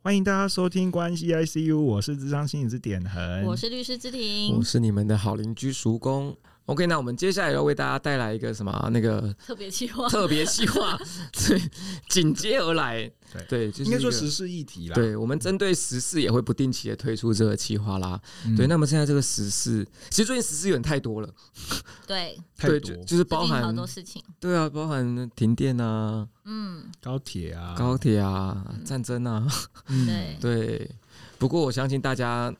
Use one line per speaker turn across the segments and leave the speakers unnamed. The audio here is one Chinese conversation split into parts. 欢迎大家收听关系 ICU，我是智商心理师点恒，
我是律师之庭
我，是你们的好邻居叔公。OK，那我们接下来要为大家带来一个什么啊那个
特别计划。
特别计 划，对，紧接而来，对，就是
应该说
一个
时事议题啦。
对，我们针对时事也会不定期的推出这个计划啦。
嗯
对，那么现在这个时事，其实最近时事有点太多了，
对，
太
对，
多
就就是包
最近好
含
多事情。
对啊，包含停电啊、
嗯，
高铁啊，
高铁啊、战争啊，
嗯
对，
对。不过我相信大家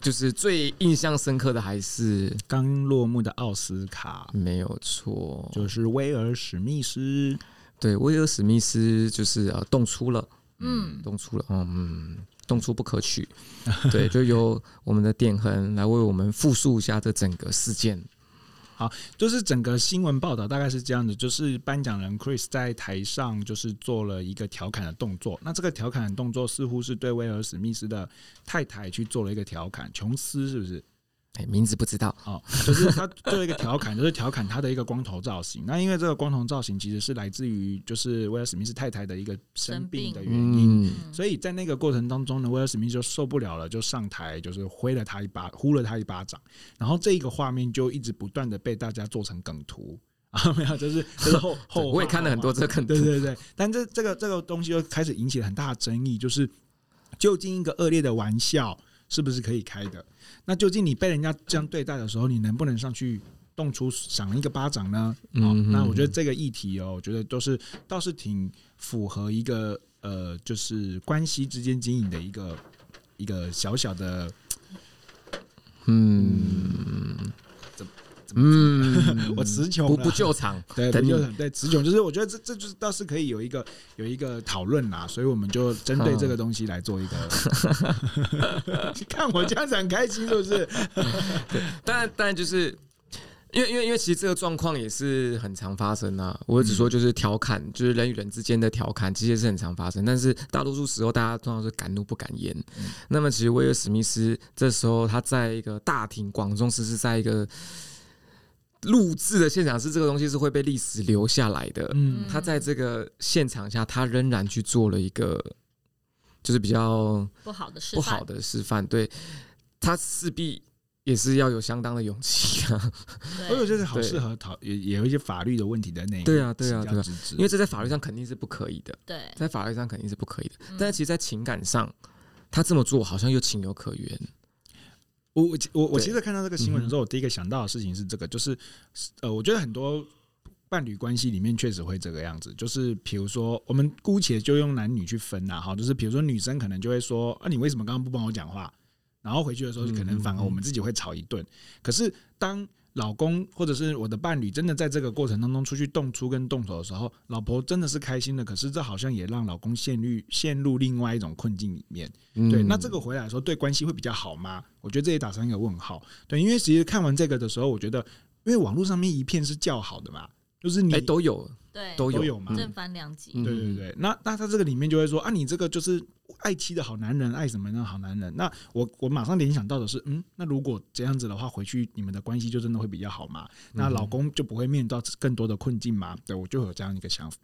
就是最印象深刻的还是
刚落幕的奥斯卡，
没有错，
就是威尔史密斯，
对威尔史密斯就是呃动粗了，
嗯，
动粗了，嗯，动粗不 可取。对，就由我们的点恒来为我们复述一下这整个事件。
就是整个新闻报道大概是这样子，就是颁奖人 Chris 在台上就是做了一个调侃的动作，那这个调侃的动作似乎是对威尔史密斯的太太去做了一个调侃，琼斯是不是？
哎，名字不知道，
哦，就是他做一个调侃，就是调侃他的一个光头造型。那因为这个光头造型其实是来自于就是威尔史密斯太太的一个生病的原因，
嗯，
所以在那个过程当中呢，威尔史密斯就受不了了，就上台就是挥了他一巴，呼了他一巴掌。然后这一个画面就一直不断的被大家做成梗图啊，没有，就是就是 后
对
后话
我也看了很多
后话
这个 梗图
对，对对，但这这个这个东西又开始引起了很大的争议，就是究竟一个恶劣的玩笑是不是可以开的？那究竟你被人家这样对待的时候，你能不能上去动出赏一个巴掌呢？哦
嗯，
那我觉得这个议题哦，我觉得都是倒是挺符合一个呃，就是关系之间经营的一个一个小小的
嗯，
怎怎
嗯
我词穷啊
不
了
不救场，
对，
等
不
你
就很对词穷，就是我觉得这这就是倒是可以有一个有一个讨论啦，所以我们就针对
嗯
这个东西来做一个。 看我这样子很开心，是不是？
当然，当然就是因为因为因为其实这个状况也是很常发生啊。我只说就是调侃，就是人与人之间的调侃，其实是很常发生。但是大多数时候，大家通常是敢怒不敢言。那么，其实威尔史密斯这时候他在一个大庭广众之是在一个录制的现场，是这个东西是会被历史留下来的。
嗯
他在这个现场下，他仍然去做了一个就是比较
不好的示
不好
范，
的示范，对他势必也是要有相当的勇气啊，
所以我
对，
觉得好
对
适合讨也也有一些法律的问题在内。
对啊对啊
请教
对啊
之之
因为这在法律上肯定是不可以的，
对，
在法律上肯定是不可以的，
嗯
但是其实，在情感上，他这么做好像又情有可原，
我我其我我
对
其实看到这个新闻的时候，我第一个想到的事情是这个，就是呃，我觉得很多伴侣关系里面确实会这个样子，就是比如说我们姑且就用男女去分啦，哈，就是比如说女生可能就会说啊，你为什么刚刚不帮我讲话？然后回去的时候，可能反而我们自己会吵一顿。可是当老公或者是我的伴侣真的在这个过程当中出去动粗跟动手的时候，老婆真的是开心的，可是这好像也让老公陷入陷入另外一种困境里面。
嗯
对，那这个回来说对关系会比较好吗？我觉得这也打上一个问号。对，因为其实看完这个的时候，我觉得，因为网络上面一片是叫好的嘛，就是你、
哎、都有
对，
都有
都有嘛
正反两极，
嗯
对对对，那那他这个里面就会说啊，你这个就是爱妻的好男人，爱什么样的好男人？那我我马上联想到的是，嗯，那如果这样子的话，回去你们的关系就真的会比较好吗？
嗯
那老公就不会面对到更多的困境吗？对我就有这样一个想法。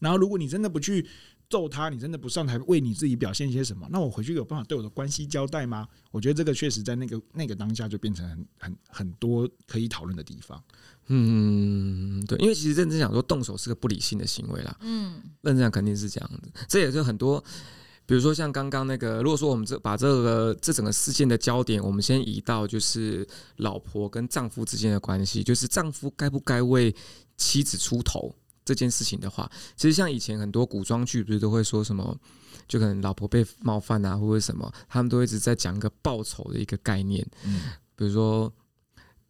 然后如果你真的不去揍他，你真的不上台为你自己表现些什么，那我回去有办法对我的关系交代吗？我觉得这个确实在那个那个当下就变成很很很多可以讨论的地方。
嗯，对，因为其实认真讲说，动手是个不理性的行为啦，
嗯，
认真讲肯定是这样子，这也是很多。比如说像刚刚那个，如果说我们这把这个这整个事件的焦点，我们先移到就是老婆跟丈夫之间的关系，就是丈夫该不该为妻子出头这件事情的话，其实像以前很多古装剧不是都会说什么，就可能老婆被冒犯啊，或者什么，他们都一直在讲一个报仇的一个概念，
嗯
比如说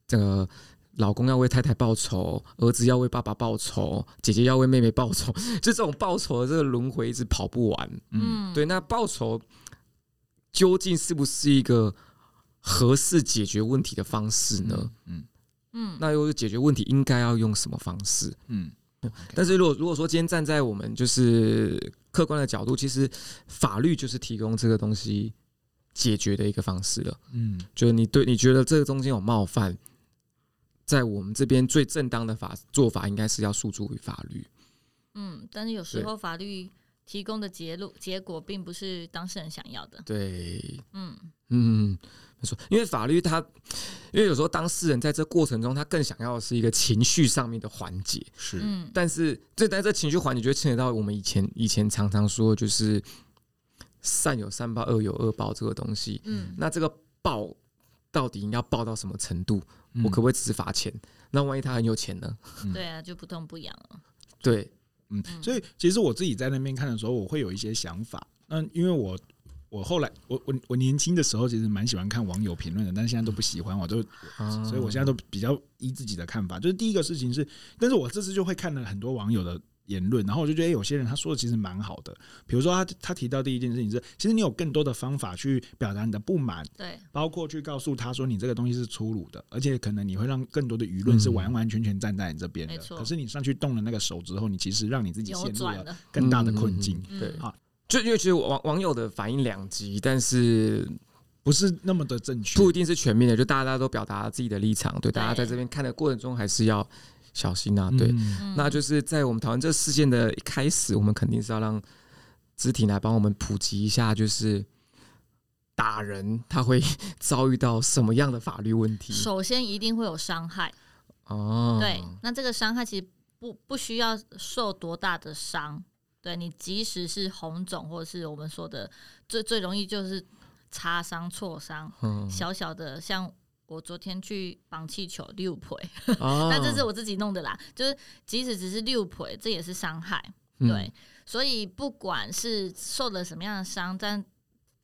这个。老公要为太太报仇，儿子要为爸爸报仇，姐姐要为妹妹报仇， 就这种报仇的这个轮回一直跑不完。
嗯，
对，那报仇究竟是不是一个合适解决问题的方式呢？
嗯
嗯，
那又是解决问题应该要用什么方式？
嗯，
但是如果如果说今天站在我们就是客观的角度，其实法律就是提供这个东西解决的一个方式了。
嗯
就是你对你觉得这个中间有冒犯，在我们这边最正当的法做法应该是要诉诸于法律。
嗯，但是有时候法律提供的结论结果并不是当事人想要的。
对，
嗯，
嗯，没错，因为法律它，因为有时候当事人在这过程中，他更想要的是一个情绪上面的缓解，
是
嗯，
但是这但这情绪缓解就会牵扯到我们以前以前常常说，就是善有善报，恶有恶报这个东西。
嗯，
那这个报到底应该报到什么程度？
嗯
我可不可以只是罚钱？那万一他很有钱呢？
对啊，就不痛不痒了。
对，
嗯，所以其实我自己在那边看的时候，我会有一些想法。嗯，因为我我后来我我我年轻的时候其实蛮喜欢看网友评论的，但现在都不喜欢，我都
啊
所以我现在都比较依自己的看法。就是第一个事情是，但是我这次就会看了很多网友的言论，然后我就觉得、诶有些人他说的其实蛮好的。比如说他他提到第一件事情是，其实你有更多的方法去表达你的不满，
对，
包括去告诉他说你这个东西是粗鲁的，而且可能你会让更多的舆论是完完全全站在你这边的
没。错
可是你上去动了那个手之后，你其实让你自己
扭
陷入
转
了
了，
更大的困境，
嗯嗯嗯对，
好
就因为其实网网友的反应两极，但是
不是那么的正确。
不一定是全面的，就大家都表达自己的立场，
对
对，大家在这边看的过程中还是要小心啊，对。
嗯
嗯
那就是在我们讨论这事件的一开始，我们肯定是要让肢体来帮我们普及一下，就是打人他会 遭遇到什么样的法律问题
首先一定会有伤害。
哦。
对，那这个伤害其实不不需要受多大的伤，对你即使是红肿或者是我们说的最最容易就是擦伤、挫伤，
嗯，
小小的像。我昨天去绑气球六腿，
哦
那这是我自己弄的啦。就是即使只是六腿，这也是伤害。
嗯
对，所以不管是受了什么样的伤，但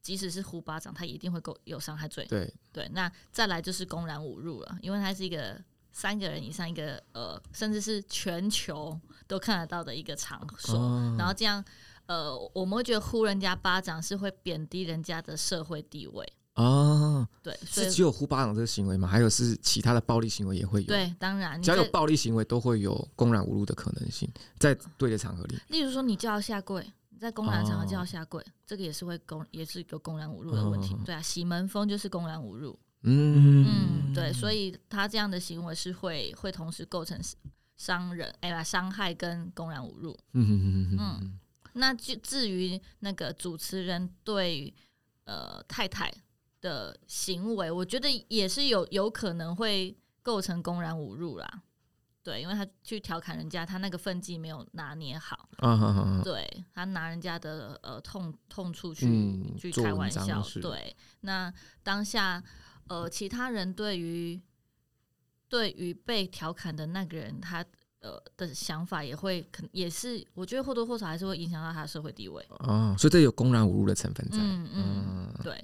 即使是胡巴掌，他一定会够有伤害罪。
对，
对，那再来就是公然侮辱了，因为它是一个三个人以上一个呃，甚至是全球都看得到的一个场所，
哦
然后这样呃，我们会觉得呼人家巴掌是会贬低人家的社会地位，
哦，
对，所以
是只有呼巴掌这个行为吗？还有是其他的暴力行为也会有？，
对，当然，你
只要有
在
暴力行为都会有公然侮辱的可能性，在对的场合里。
例如说你叫他下跪。你在公然场合
哦
叫他下跪，这个也是会公，也是有公然侮辱的问题。
嗯
对啊，洗门风就是公然侮辱。
嗯
嗯，对，所以他这样的行为是会会同时构成伤人，哎呀，伤害跟公然侮辱。
嗯嗯嗯
嗯那就至于那个主持人对呃太太的行为，我觉得也是有有可能会构成公然侮辱啦。对，因为他去调侃人家，他那个分际没有拿捏好，
啊哈哈哈，
对他拿人家的呃痛痛处去、
嗯
去
做
开
文
玩
章
笑
是。
对，那当下呃，其他人对于对于被调侃的那个人，他呃的想法也会可也是，我觉得或多或少还是会影响到他的社会地位。
哦，所以这有公然侮辱的成分在。
嗯嗯，
嗯，
对，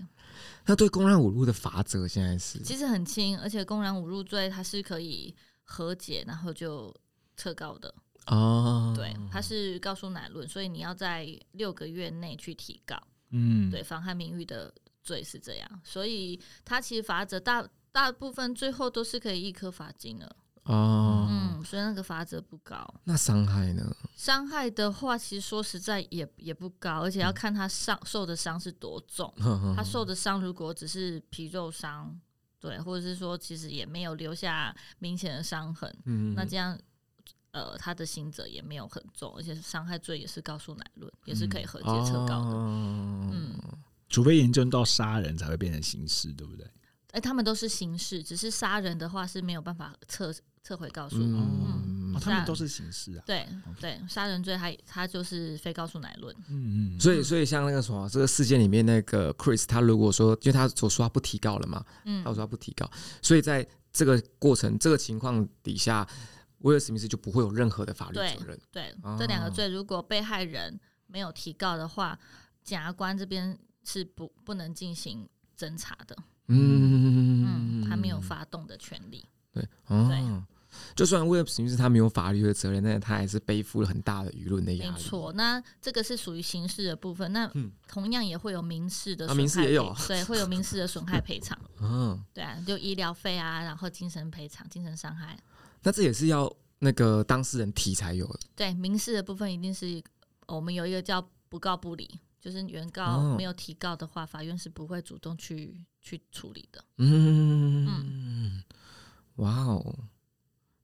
那对公然侮辱的罚则现在是
其实很轻，而且公然侮辱罪它是可以和解，然后就撤告的。
哦，
对，它是告诉乃论，所以你要在六个月内去提告。
嗯，
对，妨害名誉的罪是这样，所以他其实罚则大大部分最后都是可以一颗罚金的，
哦，
嗯，所以那个罚则不高。
那伤害呢？
伤害的话，其实说实在也也不高，而且
嗯
要看他伤受的伤是多重。他
他
受的伤如果只是皮肉伤，对，或者是说其实也没有留下明显的伤痕，
嗯
那这样。呃，他的刑责也没有很重，而且伤害罪也是告诉乃论，也是可以和解撤告的。
嗯
嗯，
除非严重到杀人才会变成刑事，对不对？
哎、他们都是刑事，只是杀人的话是没有办法撤撤回告诉。
哦，
嗯，
他们都是刑事啊。
对对，杀人罪还他就是非告诉乃论。
嗯嗯，
所以所以像那个什么这个事件里面那个 Chris，他如果说，因为他所说他不提告了嘛，
嗯
他，说他不提高，所以在这个过程、这个情况底下，威尔史密斯就不会有任何的法律责任。
对，
哦
这两个罪如果被害人没有提告的话，检察官这边是不不能进行侦查的。
嗯
嗯，他没有发动的权利。
对哦。就算威尔史密斯他没有法律的责任，但是他还是背负了很大的舆论的压
没
力。
错，，那这个是属于刑事的部分，那
嗯
同样也会有民事的
啊
损害赔、
民事也有啊
对，会有民事的损害赔偿，
嗯，
对啊，就医疗费啊，然后精神赔偿、精神伤害，啊
那这也是要那个当事人提才有的。
对民事的部分，一定是我们有一个叫不告不理，就是原告
哦
没有提告的话，法院是不会主动去去处理的。嗯
嗯，哇哦，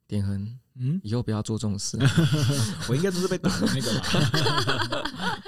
点恒，
嗯，
以后不要做这种事。
我应该就是被打的那个吧？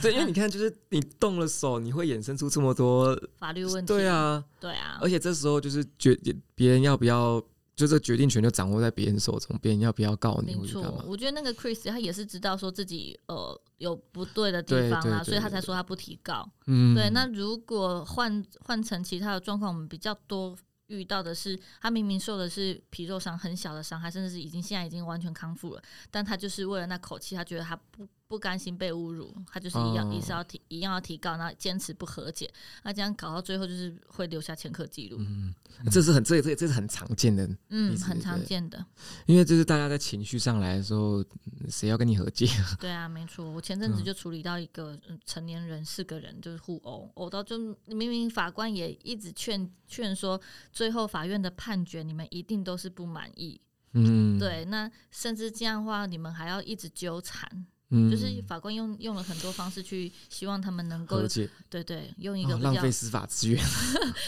对，因为你看，就是你动了手，你会衍生出这么多。
法律问题。
对，啊，
对啊
而，且这时候就是决别人要不要，就这决定权就掌握在别人手中，别人要不要告你
没
或者
错
干嘛。。
我觉得那个 Chris 他也是知道说自己呃有不对的地方
对对
啊，
对
所以他
对
才说他不提告。
嗯，
对，那如果换换成其他的状况，我们比较多遇到的是，他明明受的是皮肉伤，很小的伤害，甚至是已经现在已经完全康复了，但他就是为了那口气，他觉得他不不甘心被侮辱，他就是一样，
哦
也是要提一样要提高，然后坚持不和解，那这样搞到最后就是会留下前科记录，
嗯，这是很这这这是很常见的，
嗯，
意思
很
对
常见的，
因为就是大家在情绪上来的时候，嗯谁要跟你和 解？
对啊，没错，我前阵子
嗯
就处理到一个、嗯成年人四个人就是互殴，殴到就明明法官也一直劝劝说，最后法院的判决你们一定都是不满意，
嗯，，
对，那甚至这样的话，你们还要一直纠缠，
嗯
就是法官用用了很多方式去希望他们能够
和解，
对对，用一
哦
个比
浪
较、
费司法资源。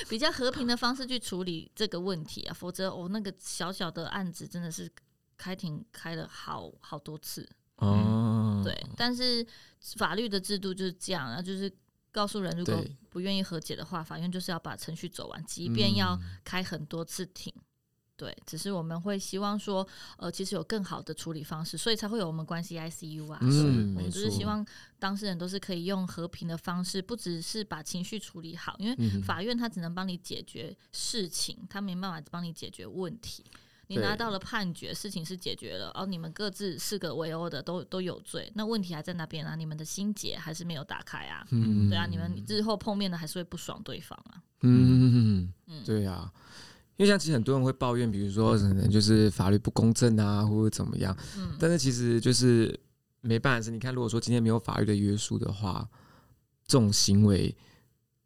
比较和平的方式去处理这个问题啊，否则我、哦、那个小小的案子真的是开庭开了好好多次，
哦，
嗯对，但是法律的制度就是这样啊，就是告诉人如果
对
不愿意和解的话，法院就是要把程序走完，即便要
嗯
开很多次庭。对，只是我们会希望说，呃，其实有更好的处理方式，所以才会有我们关系 ICU 啊。
嗯
我
没
们就是
错
希望当事人都是可以用和平的方式，不只是把情绪处理好，因为
嗯
法院他只能帮你解决事情，他没办法帮你解决问题。你
对
拿到了判决，事情是解决了，哦，你们各自四个围殴的都都有罪，那问题还在那边啊，你们的心结还是没有打开啊，
嗯
对啊，你们日后碰面的还是会不爽对方啊，
嗯，
嗯，
对啊，因为像其实很多人会抱怨，比如说可能就是法律不公正啊，或者怎么样，
嗯，
但是其实就是没办法的是，你看，如果说今天没有法律的约束的话，这种行为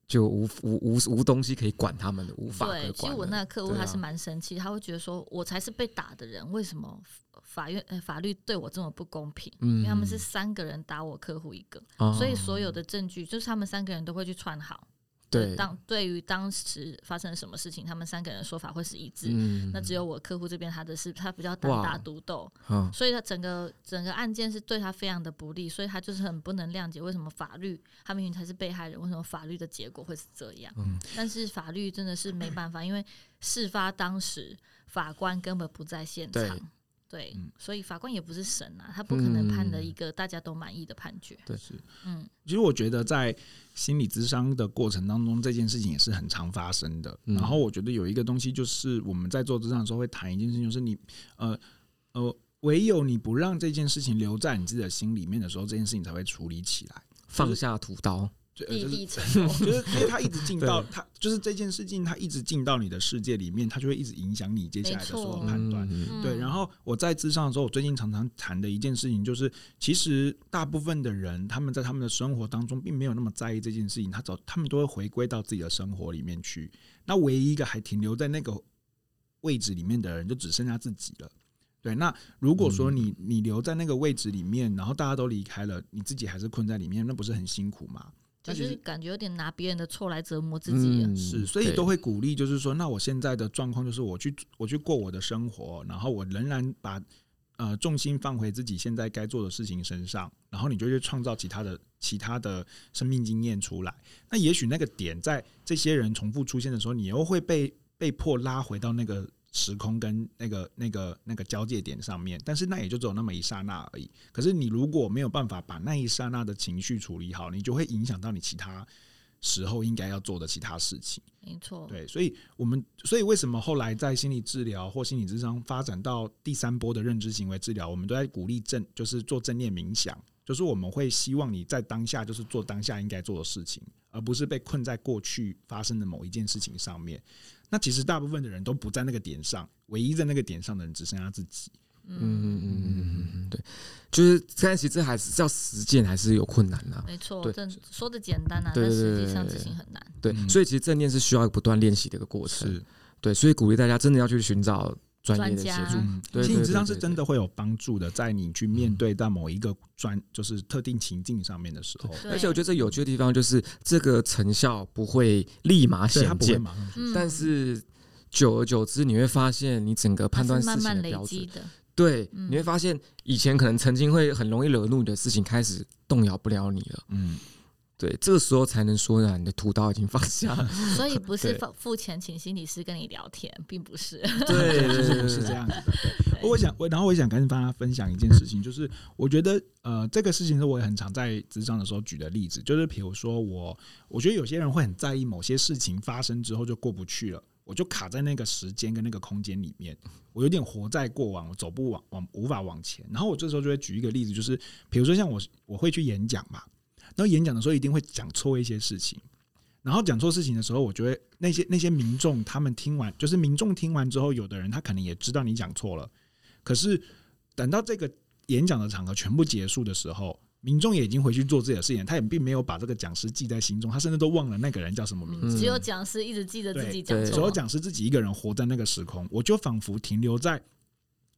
就无无无无东西可以管他们的，无法可管
对，
了。
其实我那个客户
对啊
他是蛮生气，他会觉得说，我才是被打的人，为什么法院、呃、法律对我这么不公平？
嗯，
因为他们是三个人打我客户一个，
哦，
所以所有的证据就是他们三个人都会去串好。
对
当对于当时发生了什么事情，他们三个人的说法会是一致。
嗯
那只有我客户这边，他的是他比较单
哇
打独斗，
嗯
所以他整个整个案件是对他非常的不利，所以他就是很不能谅解为什么法律，他明明才是被害人，为什么法律的结果会是这样？
嗯
但是法律真的是没办法，因为事发当时法官根本不在现
对
场，对，
嗯
所以法官也不是神啊，他不可能判了
嗯
一个大家都满意的判决。
对
是
嗯，
其实我觉得在心理咨商的过程当中，这件事情也是很常发生的。
嗯
然后我觉得有一个东西，就是我们在做咨商的时候会谈一件事情，就是你呃呃，唯有你不让这件事情留在你自己的心里面的时候，这件事情才会处理起来。
放下屠刀，
就呃
立
就是
地成功。
就是因为它一直进到
对
它，就是这件事情，它一直进到你的世界里面，它就会一直影响你接下来的所有
没错
判断。
嗯
嗯
对，然后我在智商的时候，我最近常常谈的一件事情就是，其实大部分的人他们在他们的生活当中并没有那么在意这件事情，他早他们都会回归到自己的生活里面去。那唯一一个还停留在那个位置里面的人，就只剩下自己了。对，那如果说你你留在那个位置里面，然后大家都离开了，你自己还是困在里面，那不是很辛苦吗？
就
那其
是
实
感觉有点拿别人的错来折磨自
嗯
己啊。
是，所以
对
都会鼓励，就是说，那我现在的状况就是我去我去过我的生活，然后我仍然把呃重心放回自己现在该做的事情身上，然后你就去创造其他的其他的生命经验出来。那也许那个点在这些人重复出现的时候，你又会被被迫拉回到那个。时空跟那个、那个、那个交界点上面，但是那也就只有那么一刹那而已。可是你如果没有办法把那一刹那的情绪处理好，你就会影响到你其他时候应该要做的其他事情。
没错，
对，所以我们所以为什么后来在心理治疗或心理智商发展到第三波的认知行为治疗，我们都在鼓励正就是做正念冥想，就是我们会希望你在当下就是做当下应该做的事情，而不是被困在过去发生的某一件事情上面。那其实大部分的人都不在那个点上，唯一在那个点上的人只剩下自己。
嗯，
嗯嗯嗯嗯嗯，对，就是但其实这还是要实践，还是有困难呐、
没错，
对
这说的简单啊，
对
但
对
实际
对
上
对
执
对
行很难。
对，
嗯
所以其实正念是需要不断练习的一个过程。，对，所以鼓励大家真的要去寻找专业的协
专
助
家。
嗯，
对对
心理智
对
商
对嗯
是真的会有帮助的，在你去面对到某一个专就是特定情境上面的时候，
对
而且我觉得这有趣的地方就是这个成效不会立马
对他
显
不会
见，
马上出现
嗯
但是久而久之你会发现你整个判断
它是
事
慢
情
慢
的
累
标准
积，的，
对，
嗯
你会发现以前可能曾经会很容易惹怒你的事情，开始动摇不了你了。
嗯，
对，这个时候才能说啊呢，你的屠刀已经放 下了。
所以不是
对
付付钱请心理师跟你聊天，并不是。
对
其实不是这样子的。对 我想，我然后我想跟大家分享一件事情，就是我觉得呃，这个事情是我也很常在职场的时候举的例子，就是比如说我，我觉得有些人会很在意某些事情发生之后就过不去了。我就卡在那个时间跟那个空间里面，我有点活在过往，我走不往往无法往前。然后我这时候就会举一个例子，就是比如说像我我会去演讲嘛，然后演讲的时候一定会讲错一些事情，然后讲错事情的时候，我觉得那些那些民众他们听完，就是民众听完之后，有的人他可能也知道你讲错了，可是等到这个演讲的场合全部结束的时候，民众也已经回去做自己的事情，他也并没有把这个讲师记在心中，他甚至都忘了那个人叫什么名字。
嗯
只有讲师一直记得自己讲
对
错
只
话，
有讲师自己一个人活在那个时空，我就仿佛停留在，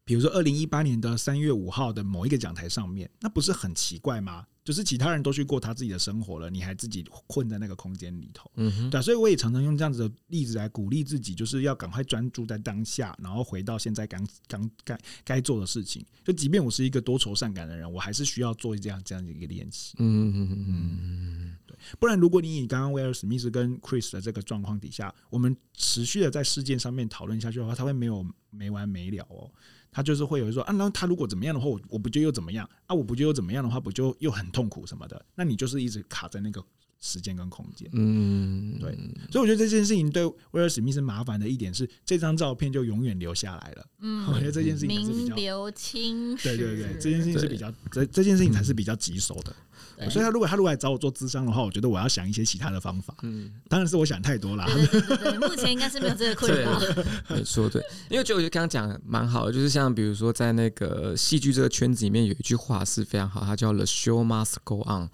比如说二零一八年的三月五号的某一个讲台上面，那不是很奇怪吗？就是其他人都去过他自己的生活了，你还自己困在那个空间里头。
嗯哼，
对啊、所以我也常常用这样子的例子来鼓励自己，就是要赶快专注在当下，然后回到现在刚刚该该做的事情。就即便我是一个多愁善感的人，我还是需要做这样这样的一个练习。
嗯嗯嗯嗯嗯，
不然，如果你以刚刚威尔史密斯跟 Chris 的这个状况底下，我们持续的在事件上面讨论下去的话，他会没有没完没了哦。他就是会有人说啊，那他如果怎么样的话，我我不就又怎么样啊？我不就又怎么样的话，不就又很痛苦什么的？那你就是一直卡在那个时间跟空间。
嗯，
对，所以我觉得这件事情对威尔史密斯麻烦的一点是，这张照片就永远留下来了。我觉
嗯，
得这件事情还是比
名
较。
留青史。
对对对，这件事情是
对
比较这这件事情才是比较棘手的，
对
所以他如果他如果来找我做咨商的话，我觉得我要想一些其他的方法。
嗯，
当然是我想太多啦。
对对对对对，目前应该是没有这个困扰。
没错，对，因为就我觉得刚刚讲得蛮好的，就是像比如说在那个戏剧这个圈子里面有一句话是非常好，它叫 “The show must go on”，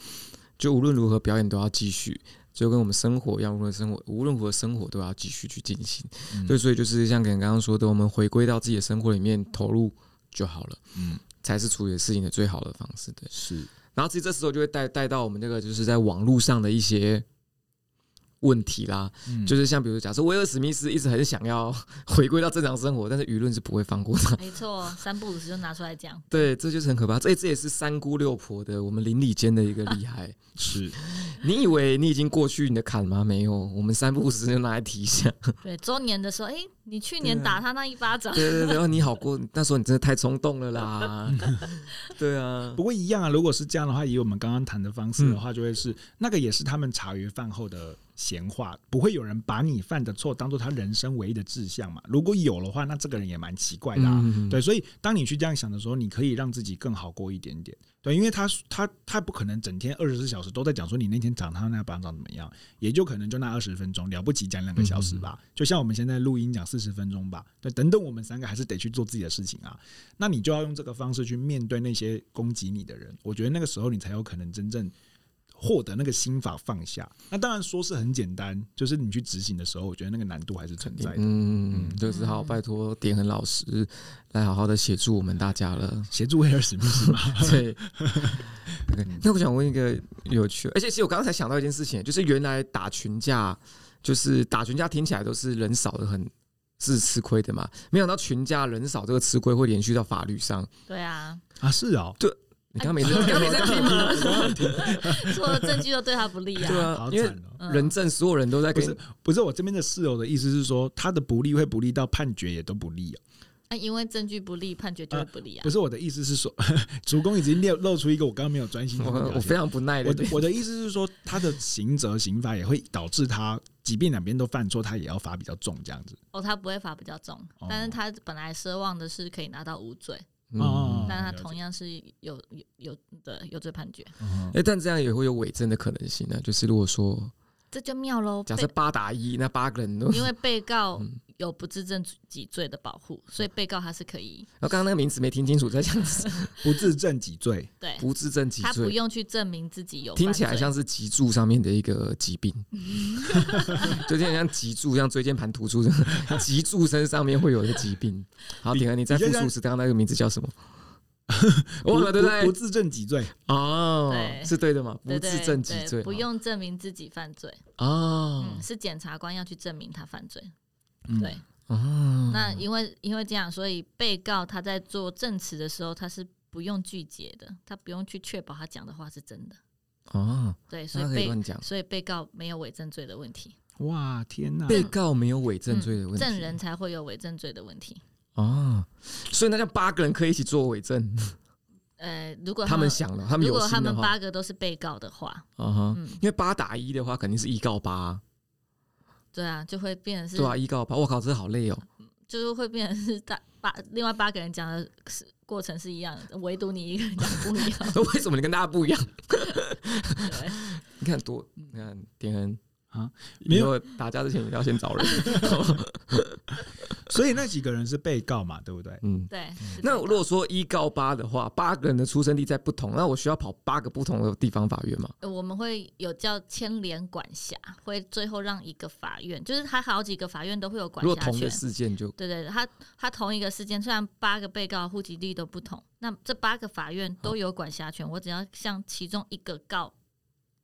就无论如何表演都要继续，就跟我们生活一样，无论生活无论如何生活都要继续去进行。
嗯
对，所以就是像可能刚刚说的，我们回归到自己的生活里面投入就好了，
嗯，
才是处理事情的最好的方式。对，
是，
然后其实这时候就会带带到我们这个就是在网络上的一些问题啦，
嗯
就是是像比如假设威尔史密斯一直很想要 回归到正常生活，但是舆论是不会放过他。
没错，三不五时就拿出来讲。
对，这就是很可怕。这这也是三姑六婆的我们邻里间的一个厉害。
是，
你以为你已经过去你的坎吗？没有，我们三不五时就拿来提一下。
对，周年的时候，哎，你去年
对啊
打他那一巴掌，
对对对，哦你好过，那时候你真的太冲动了 啦。对啊
不，过一样啊。如果是这样的话，以我们刚刚谈的方式的话，就会是那个也是他们茶余饭后的闲话，不会有人把你犯的错当做他人生唯一的志向嘛。如果有的话，那这个人也蛮奇怪的、啊。
嗯，
对，所以当你去这样想的时候，你可以让自己更好过一点点。对，因为他他他不可能整天二十四小时都在讲说你那天长他那巴掌怎么样，也就可能就那二十分钟，了不起讲两个小时
嗯
吧。就像我们现在录音讲四十分钟吧，对，等等我们三个还是得去做自己的事情啊。那你就要用这个方式去面对那些攻击你的人，我觉得那个时候你才有可能真正。获得那个心法放下，那当然说是很简单，就是你去执行的时候，我觉得那个难度还是存在的。
嗯，就是好，拜托点恒老师来好好的协助我们大家了。
协助威尔史密斯嘛，
对。OK，那我想问一个有趣，而且其实我刚才想到一件事情，就是原来打群架，就是打群架听起来都是人少的很是吃亏的嘛，没想到群架人少这个吃亏会延续到法律上。
对啊，
啊，是哦，
你刚没在，
啊
哎
你刚没在听吗？
错的证据都对他不利
对
啊。
啊
好，
因
惨
为
哦。
嗯
人证所有人都在
不
跟
是不是，我这边的室友的意思是说，他的不利会不利到判决也都不利哦。
那啊因为证据不利，判决就会不利啊
不。是我的意思是说， 主公已经露露出一个我刚刚没有专心听你
我
聊
我非
天。
常不耐
我
的
的，我的意思是说，他的刑责刑罚也会导致他，即便两边都犯错，他也要罚比较重这样子。
哦，他不会罚比较重
哦，
但是他本来奢望的是可以拿到无罪，
哦
嗯，
但他
了解
同样是有有有的有罪判决，
哦
哎，但这样也会有伪证的可能性呢。就是如果说
这就妙喽。
假设嗯
被
八打一，那八个人都
因为被告有不自证己罪的保护，所以被告他是可以
然后刚刚那个名词没听清楚，在讲
不自证己罪，
对，
不自证己
他
罪
不。用去证明自己有
听
犯
起来
罪嗯
像是脊柱上面的一个疾病， 就有点像脊柱，像椎间盘突出这样，脊柱身上面会有的疾病。好，
比
鼎恒，你在
比
复
较
述
像
时刚刚那个名字叫 什么？
不
忘了对不
不不
对？
自证己罪，
哦，
对
是对的嘛？不
对对
自证脊
对
椎，
不用证明自己犯罪，
哦
嗯，是检察官要去证明他犯罪，
嗯
对，
哦，
那因为因为这样，所以被告他在做证词的时候，他是不用拒绝的，他不用去确保他讲的话是真的。
哦，
对，所
那他
以
可以
被
乱讲，
所以被告没有伪证罪的问题，
哇，天哪！
被告没有伪证罪的问题，
嗯证人才会有伪证罪的问题。
哦，所以那叫八个人可以一起做伪证，
呃，如果
他们想了，他们
如
有
果他
心的
们
话，
八个都是被告的话，
啊哈，
嗯
因为八打一的话肯定是一告八啊，
对啊，就会变成是，
对啊，一告八，我靠，这好累哦，
就是会变成是大八另外八个人讲的是过程是一样的，唯独你一个人讲不一样。
为什么你跟大家不一样？
对，
你看多，你看点恩
啊，没有
以后打架之前一定要先找人，
所以那几个人是被告嘛，对不 对？
嗯。
对，是
那
被告
如果说一告八的话，八个人的出生地在不同，那我需要跑八个不同的地方法院吗？
呃我们会有叫牵连管辖，会最后让一个法院，就是他好几个法院都会有管啊
如果
辖
同
权
的。事件就
对对，对他他同一个事件，虽然八个被告户籍地都不同，那这八个法院都有管辖权，我只要向其中一个告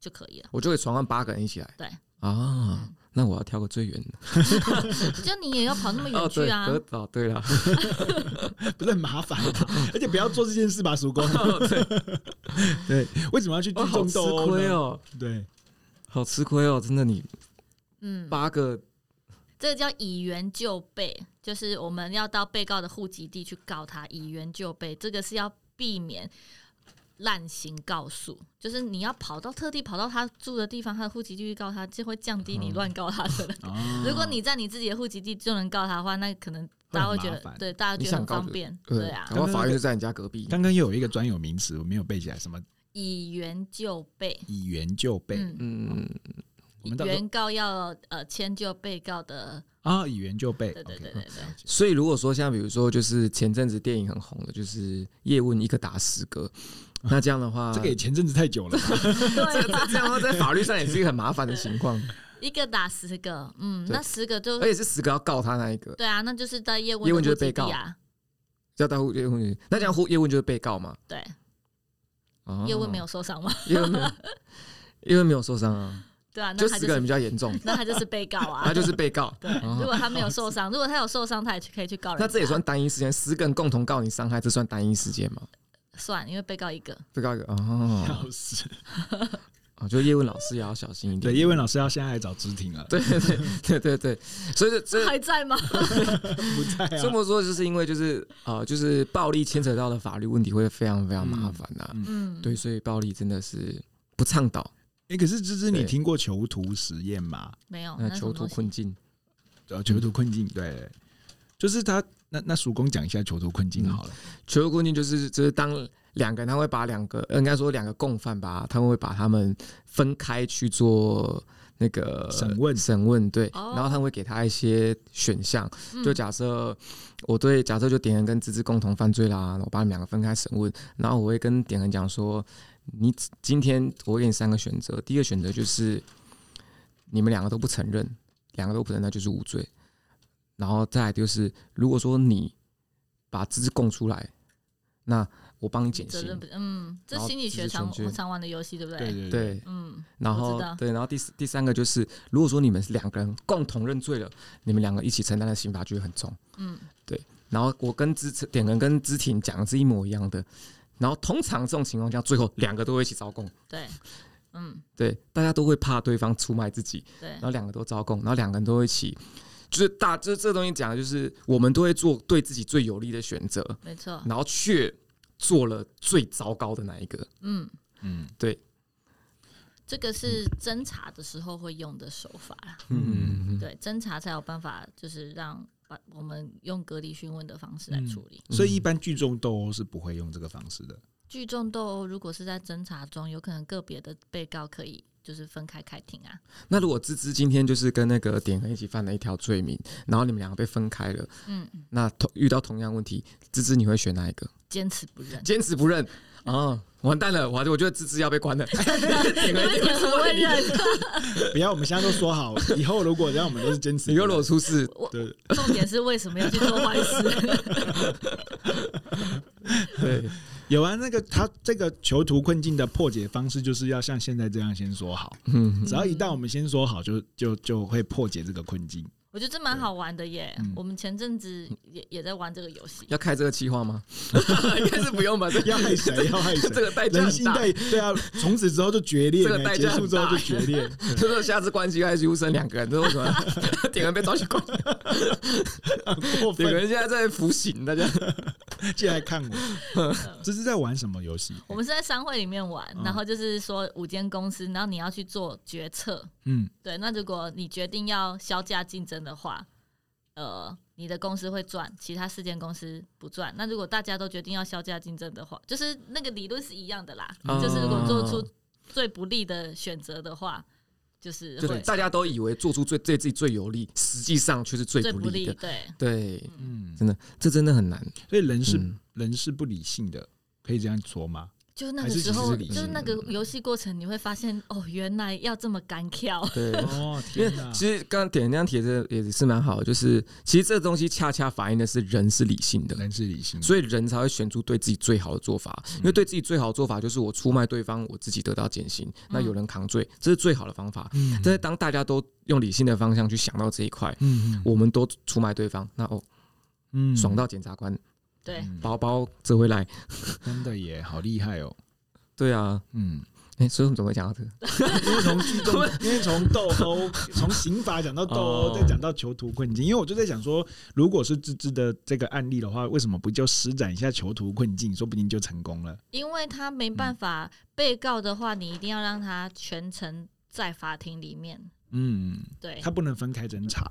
就可以了。
我就会传唤八个人一起来。
对
啊，那我要挑个最远的。
就你也要跑那么
哦，
远
对，
去啊？
可哦，对了，
不是很麻 烦吗？而且不要做这件事吧，叔公。对，为什么要去聚
哦，好
众
吃
斗殴
亏
呢？
哦，
对，
好吃亏哦，真的，你
嗯，
八个
这个叫以原就被，就是我们要到被告的户籍地去告他，以原就被，这个是要避免滥行告诉，就是你要跑到特地跑到他住的地方，他的户籍地去告他，就会降低你乱告他的。
哦
嗯
如果你在你自己的户籍地就能告他的话，那可能大家会
会
觉
很麻
得
烦
对，大家觉得很方便，
呃
对啊
然。后法院就在你家隔壁。
刚刚又有一个专有名词，我没有背起来，什么
以原就被，
以原就背，
嗯，
嗯，
我们到时候
原告要呃迁就被告的，
啊，以原就背，
对对
OK
对对对。
所以如果说像比如说，就是前阵子电影很红的，就是叶问一个打十个，那这样的话，
这个也前阵子太久了吧，
对啊，
这样的话在法律上也是一个很麻烦的情况，
一个打十个，嗯，
对哎
那十个就
而且是十个要告他那一个
对啊，那就是在叶问
叶问
的
就是
户籍
被告
地啊，
要到叶问，那这样叶问就是被告嘛？
对，
哦
叶问没有，受伤嘛，
叶问没有，叶问没有受伤啊，
对啊， 那
就
他
十
就
个人
是
比较严重，
那他就是被告啊
他，就是被告。
对，
哦
如果他没有受伤，如果他有受伤，他也去可以去告人家，
那这也算单一事件，十个人共同告你伤害，这算单一事件吗？
算，因为被告一个，
被告一个哦，
要死。
哦，就叶问老师也要小心一点。
对，叶问老师要现在来找知婷 了，
对对对对对，所以这
这
这
还在 吗？
不在
这
啊。
么说，就是因为就是呃，就是暴力牵扯到的法律问题会非常非常麻烦呐、
嗯
嗯，
对，所以暴力真的是不倡导，
哎，可是芝芝，你
对
听过囚徒实验吗？
没有，
那
那
囚徒困
境，
境。
呃，
嗯
囚徒困境，对，就是他。那那叔公讲一下囚徒困境好了。
嗯
囚徒困境就是就是当两个人他会把两个呃应该说两个共犯吧，他们会把他们分开去做那个
审问
审问对，
哦
然后他们会给他一些选项，
嗯
就假设我对假设就点恒跟芝芝共同犯罪啦，我把你们两个分开审问，然后我会跟点恒讲说，你今天我会给你三个选择，第一个选择就是你们两个都不承认，两个都不承认，那就是无罪。然后再来就是，如果说你把芝芝供出来，那我帮你减
责
刑
任不，，嗯，这
然后
心理
自
学
治
常
权限
常玩的游戏，对不
对？对对，
对，
嗯，
然
我
后
知道
对，然后第四第三个就是，如果说你们是两个人共同认罪了，你们两个一起承担的刑罚就会很重。
嗯，
然后我跟知点人跟知婷讲的是一模一样的，然后通常这种情况下，最后两个都会一起招供，
对，嗯，
对，大家都会怕对方出卖自己，
对
然，后两个都招供，然后两个人都会一起，就是大就是这个东西讲的就是我们都会做对自己最有利的选择，
没错，
然后却做了最糟糕的那一个，
嗯，
嗯，
这个是侦查的时候会用的手法啦，
嗯
嗯，
对，侦查才有办法，就是让把我们用隔离询问的方式来
嗯
处理。
所以一般聚众斗殴是不会用这个方式的。
聚众斗殴如果是在侦查中，有可能个别的被告可以就是分开开庭啊。
那如果芝芝今天就是跟那个点恒一起犯了一条罪名，然后你们两个被分开了，
嗯，
那同遇到同样问题，芝芝你会选哪一个？
坚持不 认，
坚持不认啊、哦完蛋了，我我觉得芝芝要被关 了。点恒一定
坚持不
会
会
认。
认。
不要，我们现在都说 好，以后如果这样，我们都是坚持。
你如果出事，
我
对，
重点是为什么要去做坏事？
对，
有啊，那个他这个囚徒困境的破解方式，就是要像现在这样先说好，
嗯，
只要一旦我们先说好，就就就会破解这个困境。
我觉得这蛮好玩的耶
嗯。
我们前阵子也也在玩这个游戏，
要开这个计划 吗？应该是不用吧，这
要害谁？要害
这
谁？
个代价
人
很
性
大。
代对啊，从此之后就决裂，
这个代
结
价很
束之后就
大
决 裂。
所以说下次关机还是优生两个人，这是为什么？ 点人被抓去关，
过
点
分，
人现在在服刑，大家
进来看我， 这是在玩什么游戏？
我们是在商会里面玩
嗯，
然后就是说五间公司，然后你要去做决策。
嗯，
对，那如果你决定要销价竞争的话，呃，你的公司会赚，其他四间公司不赚。那如果大家都决定要销价竞争的话，就是那个理论是一样的啦。
哦
就是如果做出最不利的选择的话，就是
就是
会
大家都以为做出最对自己最有利，实际上却是最
最
不
不利。
利的。
对，
对，
嗯，
真的，这真的很难。
所以人是、
嗯
人是不理性的，可以这样说 吗？
就是那
还
个
是
时
其实
候，
是理
就是
性
那个游戏过程，你会发现哦，原来要这么干跳。
对，
哦，
因为
天哪！
其实刚刚点那样提的也是蛮好的，就是其实这东西恰恰反映的是人是理性的，
人是理性的，
所以人才会选出对自己最好的做法。
嗯
因为对自己最好的做法就是我出卖对方，我自己得到减刑，那有人扛罪，这是最好的方法。
嗯
但是当大家都用理性的方向去想到这一块，
嗯
我们都出卖对方，那哦，
嗯
爽到检察官
对，
嗯
包包折回来。
真的耶，好厉害哦。
对啊，
嗯，
哎、所以我们怎么会讲到这个？
因为从聚众， 因为从斗 殴，从刑法讲到斗殴，
哦
再讲到囚徒困境。因为我就在想说，如果是芝芝的这个案例的话，为什么不就施展一下囚徒困境，说不定就成功了？
因为他没
嗯
办法被告的话，你一定要让他全程在法庭里面。
嗯，
对
他，不能分开侦查，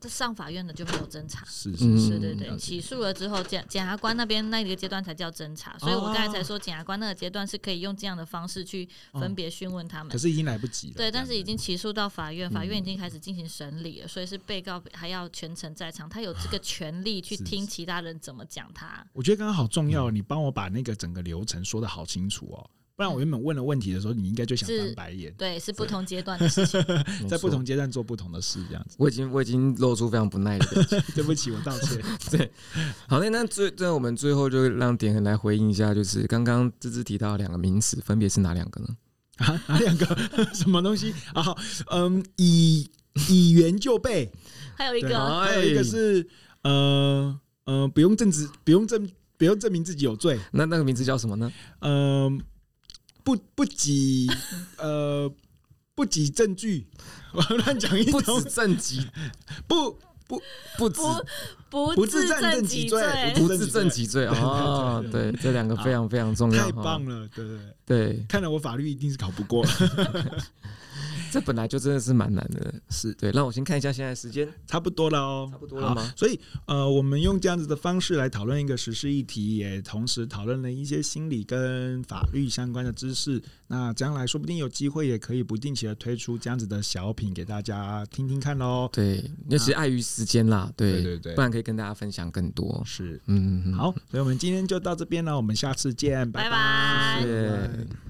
这上法院的就没有侦查。
是
嗯
是是，
是对对，
了解
起诉了之后，检检察官那边那个阶段才叫侦查，
哦
所以我刚才才说检察官那个阶段是可以用这样的方式去分别讯问他们。
哦可是已经来不及了。
对，但是已
这样子
经起诉到法院，法院已
嗯
经开始进行审理了，所以是被告还要全程在场，他有这个权利去
是
听
是
其他人怎么讲他。
我觉得刚刚好重要，你帮我把那个整个流程说的好清楚哦。不然我原本问了问题的时候，你应该就想
是
翻白眼，
对，是不同阶段 的事情。
没
在不
错
同，阶段做不同的事，这 样子。
我已经我已经露出非常不 耐的表情。
对不起，我道歉。
好，那那最那我们最后就让点恒来回应一下，就是刚刚芝芝提到两个名词，分别是哪两个呢？
啊，哪两个 什么东西啊？好嗯，以以原就备，
还有一
对
个，
好
还有一个是
哎
呃呃，不用证治，不用证，不用证明自己有罪，
那那个名字叫什么呢？
嗯、不不给 呃不给证据， 我乱讲一
不
通
止，正极，
不
不止
不
不
自
自证
证
证
己
己罪
罪，
不止正极 罪哦，
对
对，这两个非常非常重要，
太棒
哦！
了，对对对，
对，
看来我法律一定是考不过，
这本来就真的是蛮难的， 是对。让我先看一下现在时间，
差不多了哦，
差不多了吗
好所以呃，我们用这样子的方式来讨论一个时事议题，也同时讨论了一些心理跟法律相关的知识。那将来说不定有机会，也可以不定期的推出这样子的小品给大家听听看喽。
对，因为其实碍于时间啦，
对
对，
对对
不，然可以跟大家分享更多。
是
嗯，嗯嗯
好，所以我们今天就到这边了，我们下次见，拜
拜拜
谢谢
拜